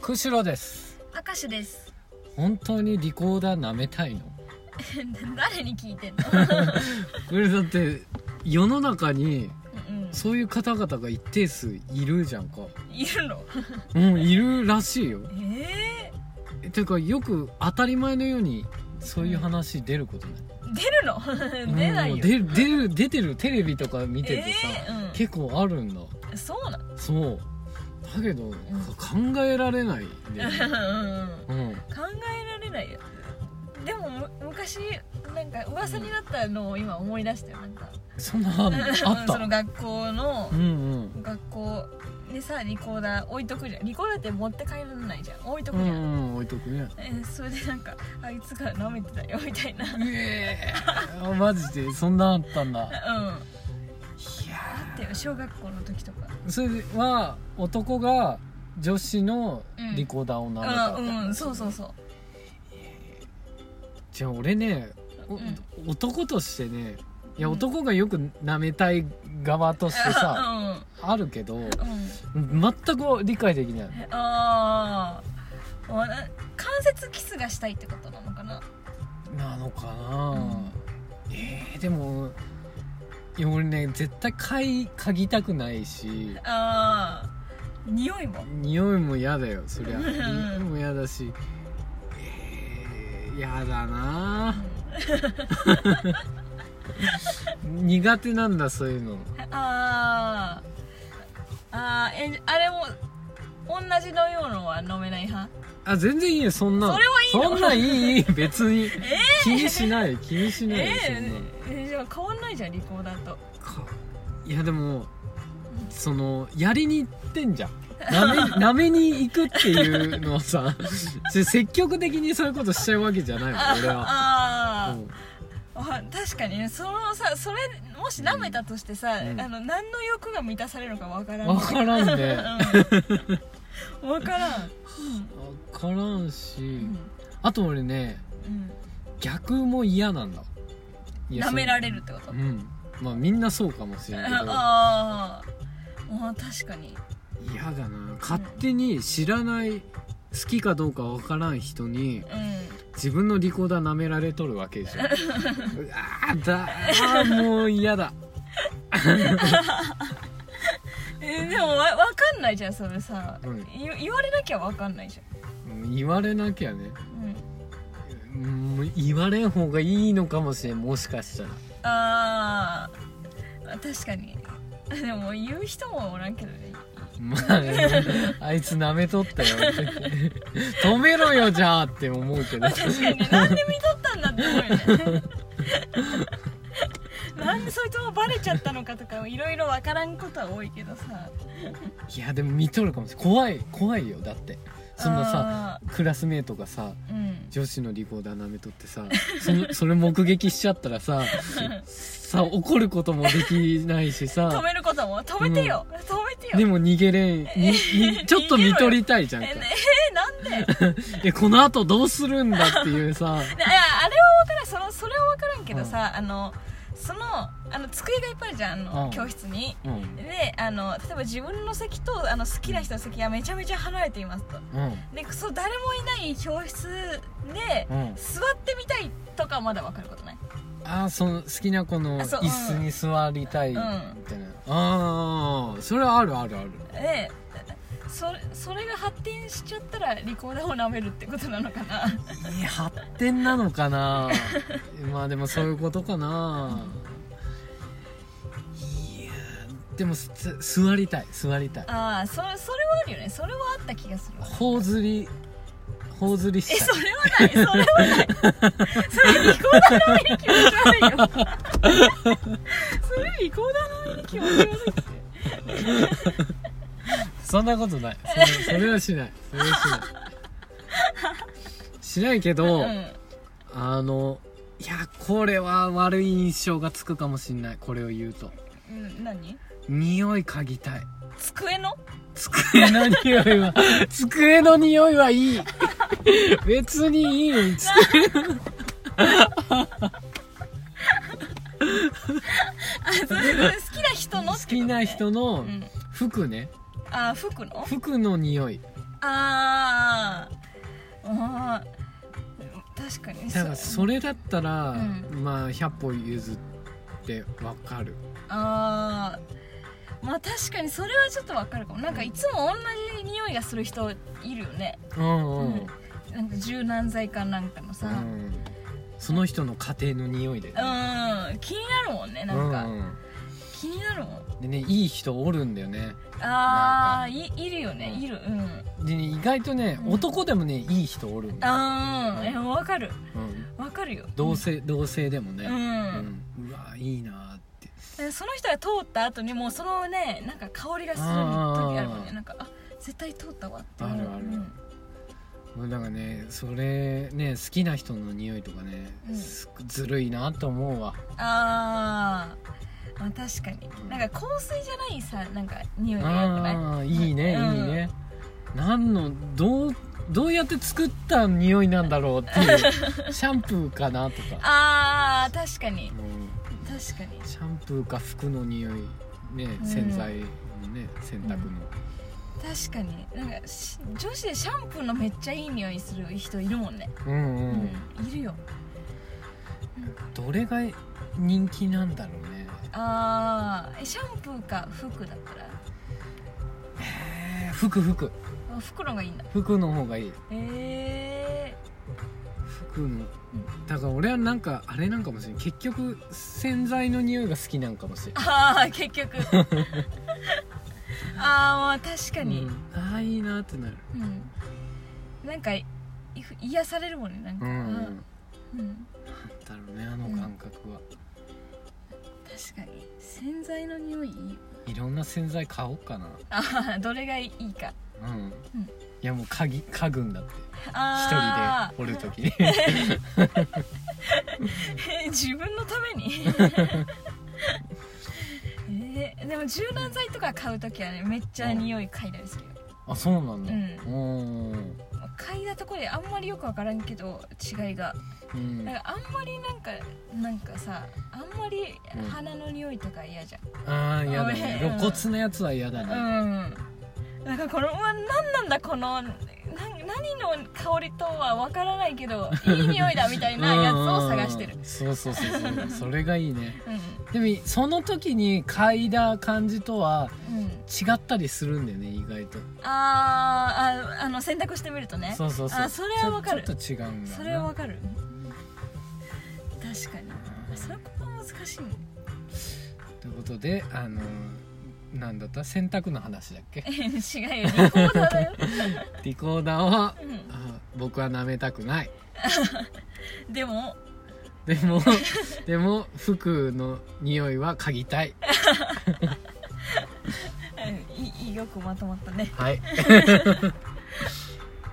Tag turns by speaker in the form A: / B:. A: くしろです
B: 明石です。
A: 本当にリコーダー舐めたいの
B: 誰に聞いてんの？
A: これだって世の中に
B: うんうん
A: そういう方々が一定数いるじゃんか
B: いるの？
A: うんいるらしいよ
B: ええ
A: ていうかよく当たり前のようにそういう話出ることない
B: ー、出るの？出ない
A: うん
B: よ。
A: 出る出る出てるテレビとか見ててさ、
B: えー
A: 結構あるんだ
B: うん、そうな
A: そうだけど、か考えられないんだよね
B: の。うん
A: うん
B: 考えられないよ。でもむ昔なんか噂になったのを今思い出したよなんか。
A: そんなのあ っ
B: そ
A: た
B: の学校の
A: うんうん
B: 学校でさリコーダー置いとくじゃん。リコーダーって持って帰らないじゃん。置いと
A: う
B: くじゃん。
A: んうん置いとくね
B: えーそれでなんかあいつが舐めてたよみたいな。
A: うえー、 マジでそんなあったんだい
B: うん。
A: や
B: だよ小学校の時とか
A: ーそれは男が女子のリコーダーを舐めた
B: あ
A: って、
B: うんそうそうそう
A: じゃあ俺ね、お
B: うん
A: 男としてねいや
B: うん
A: 男がよく舐めたい側としてさ、あるけど
B: うんうん
A: 全く理解できない
B: あーあな関節キスがしたいってことなのかな
A: なのかな、えー、でもいや俺ね絶対嗅い嗅ぎたくないし
B: あー匂いも
A: 匂いも嫌だよそりゃ匂い
B: うん
A: も嫌だしえー、嫌だな 苦手なんだそういうの
B: あーあーえあれも同じのようのは飲めない派
A: あ全然いいよそんなの
B: それはいいの
A: そんなんいいいい別 に、気にしない気にしないよ、そんな
B: え
A: の
B: ー、じゃあ変わんないじゃんリコーダーと
A: かいやでもそのやりに行ってんじゃんなめ 舐めに行くっていうのはさ それ積極的にそういうことしちゃうわけじゃないもん俺は、
B: あー
A: うん
B: あ確かにねそのさそれもし舐めたとしてさ、
A: うん
B: あの何の欲が満たされるのかわからん
A: わからんね
B: うんわからん
A: わからんし、
B: うん、
A: あと俺ね
B: うん
A: 逆も嫌なんだいや
B: 舐められ
A: る
B: るってこと、
A: うんまあみんなそうかもしれんけど
B: あーあー確かに
A: 嫌だな勝手に知らない好きかどうかわからん人に
B: う
A: 自分のリコーダー舐められとるわけで しょうわーだあーもう嫌だ
B: んえーでもわわかんないじゃんそれさ、
A: うん
B: い言われなきゃわかんないじ
A: うん言われなきゃね
B: ゃん、うん、
A: うんもう言われん方がいいのかもしれんもしかしたら
B: あー確かにでも言う人もおらんけどね
A: まあ、あいつ舐めとったよ って止めろよじゃあって思うけ ど
B: 確かにねなんで見とったんだって思うよねなんでそいつもバレちゃったのかとかいろいろ分からんことは多いけどさ
A: いやでも見とるかもしれん怖い怖いよだってそんなさ
B: さ
A: クラスメートがさ
B: うん
A: 女子のリコーダー舐めとってさそのそれ目撃しちゃったら ささ怒ることもできないし
B: 止
A: さ
B: めることも止めてよ、止めてよ
A: でも逃げれんに にちょっと見とりたいじゃん
B: え
A: か
B: ねえなんでいや
A: えこの後どうするんだっていう さ
B: あれは分からんそのそれは分からんけどさ、あのそのあの机がいっぱいあるじゃんあの、
A: うん
B: 教室に
A: うん
B: であの例えば自分の席とあの好きな人の席がめちゃめちゃ離れていますと
A: うん
B: でそう誰もいない教室で
A: うん
B: 座ってみたいとかはまだわかることない
A: ああその好きな子の
B: あそう
A: 椅子に座りたいみたいな、
B: うん
A: ああそれはあるあるある
B: でそれそれが発展しちゃったらリコーダーを舐めるってことなのかない
A: や発展なのか なまあでもそういうことかないやでもす座りたい座りたい
B: ああそそれはあるよねそれはあった気がするわ
A: 頬ずり頬ずり
B: え
A: した
B: そ
A: い
B: れはないそれはないそれリコーダーの上に気持ち悪いよそれリコーダーの上に気持ち悪いって
A: そんなことないそれそれはしないそれは しないしないけど、あのいやこれは悪い印象がつくかもしんないこれを言うと
B: うん、うん、何
A: 匂い嗅ぎたい
B: 机 の
A: 机の匂い は、机の匂いはいい。別にいい。机
B: あそれそれ好きな人の
A: 好
B: ってこと
A: きな
B: ね
A: 人の
B: うん
A: 服ね。
B: あー服の
A: 服の匂い。
B: ああーあー確かに
A: だからそれだったら、
B: う
A: まあ100歩譲ってわかる
B: あーまあ確かにそれはちょっとわかるかもなんかいつも同じ匂いがする人いるよね
A: うん
B: う
A: うん
B: んなんか柔軟剤かなんかのさ、うん、
A: その人の家庭の匂いで、ね、
B: 気になるもんねなんか、
A: うん
B: 気になるもん
A: でねいい人おるんだよね
B: あーいいるよね、
A: うん
B: いるうん
A: でね意外とね、
B: うん
A: 男でもねいい人おるんだよ、
B: あーうんわかる
A: うん、
B: わかるよ
A: 同性同性でもね、
B: うん、
A: うんうわいいなーって
B: でその人が通った後にもうそのねなんか香りがする時あるもんね
A: あー
B: なんかあ絶対通ったわっていう
A: あるある
B: うん
A: もうだからねそれね好きな人の匂いとかね、
B: うん
A: すずるいなと思うわ
B: あーまあ確かになんか香水じゃないさなんか匂いがよくない
A: あーいいね、
B: うん
A: いいね何のどうどうやって作った匂いなんだろうって いうシャンプーかなとか、
B: あー確かに
A: う
B: 確かに
A: んシャンプーか服の匂いね
B: うん
A: 洗剤のね洗濯の、
B: 確かになんかし女子でシャンプーのめっちゃいい匂いする人いるもんね
A: うん、うん
B: う
A: うん
B: ん、いるよ
A: どれが人気なんだろうね
B: あーえシャンプーか服だったら
A: えー服服
B: あ服の方がいいんだ
A: 服の方がいい
B: え
A: 服のだから俺はなんかあれなんかもしれない結局洗剤の匂いが好きなんかもしれ
B: ー、
A: ない
B: ああ結局ああまあ確かに、
A: うんああいいなってなる
B: うん、なんかい癒されるもんねなんか、
A: うん、
B: うん
A: だろうねあの感覚は、
B: 確かに洗剤の匂いいいよ
A: いろんな洗剤買おうかな
B: ああどれがいいか
A: うん、いやもう鍵家具んだって一
B: ああ
A: 人でおる時に
B: えー自分のためにえーでも柔軟剤とか買う時はねめっちゃ匂い嗅いだりするよ
A: あそうなんだ
B: うん
A: うん
B: 嗅いだとこであんまりよく分からんけど違いが
A: うん
B: なんかあんまりなんかなんかさあんまり
A: うん
B: 鼻の匂いとか嫌じ
A: ああやだね
B: うん
A: 露骨なやつは嫌だ
B: ゃん
A: ね、
B: うんなんかこのうわ何なんだこのな何の香りとは分からない けどいい匂いだみたいなやつを探してる
A: うんうんうんそうそうそうそうそれがいいね
B: うん
A: でもその時に嗅いだ感じとは
B: うん
A: 違ったりするんだよね意外と
B: あーああの選択してみるとね
A: そうそうそう
B: あそれはわかる
A: ちょちょっと違うんだな
B: それはわかる確かにそれここは難しいね
A: ということであのなんだった洗濯の話だっけ
B: 違 うよリコーダーだよ、
A: リコーダーは
B: う
A: あ僕は舐めたくない
B: ん、でも
A: で もでも服の匂いは嗅ぎたい
B: うんいいいよくまとまったね
A: はい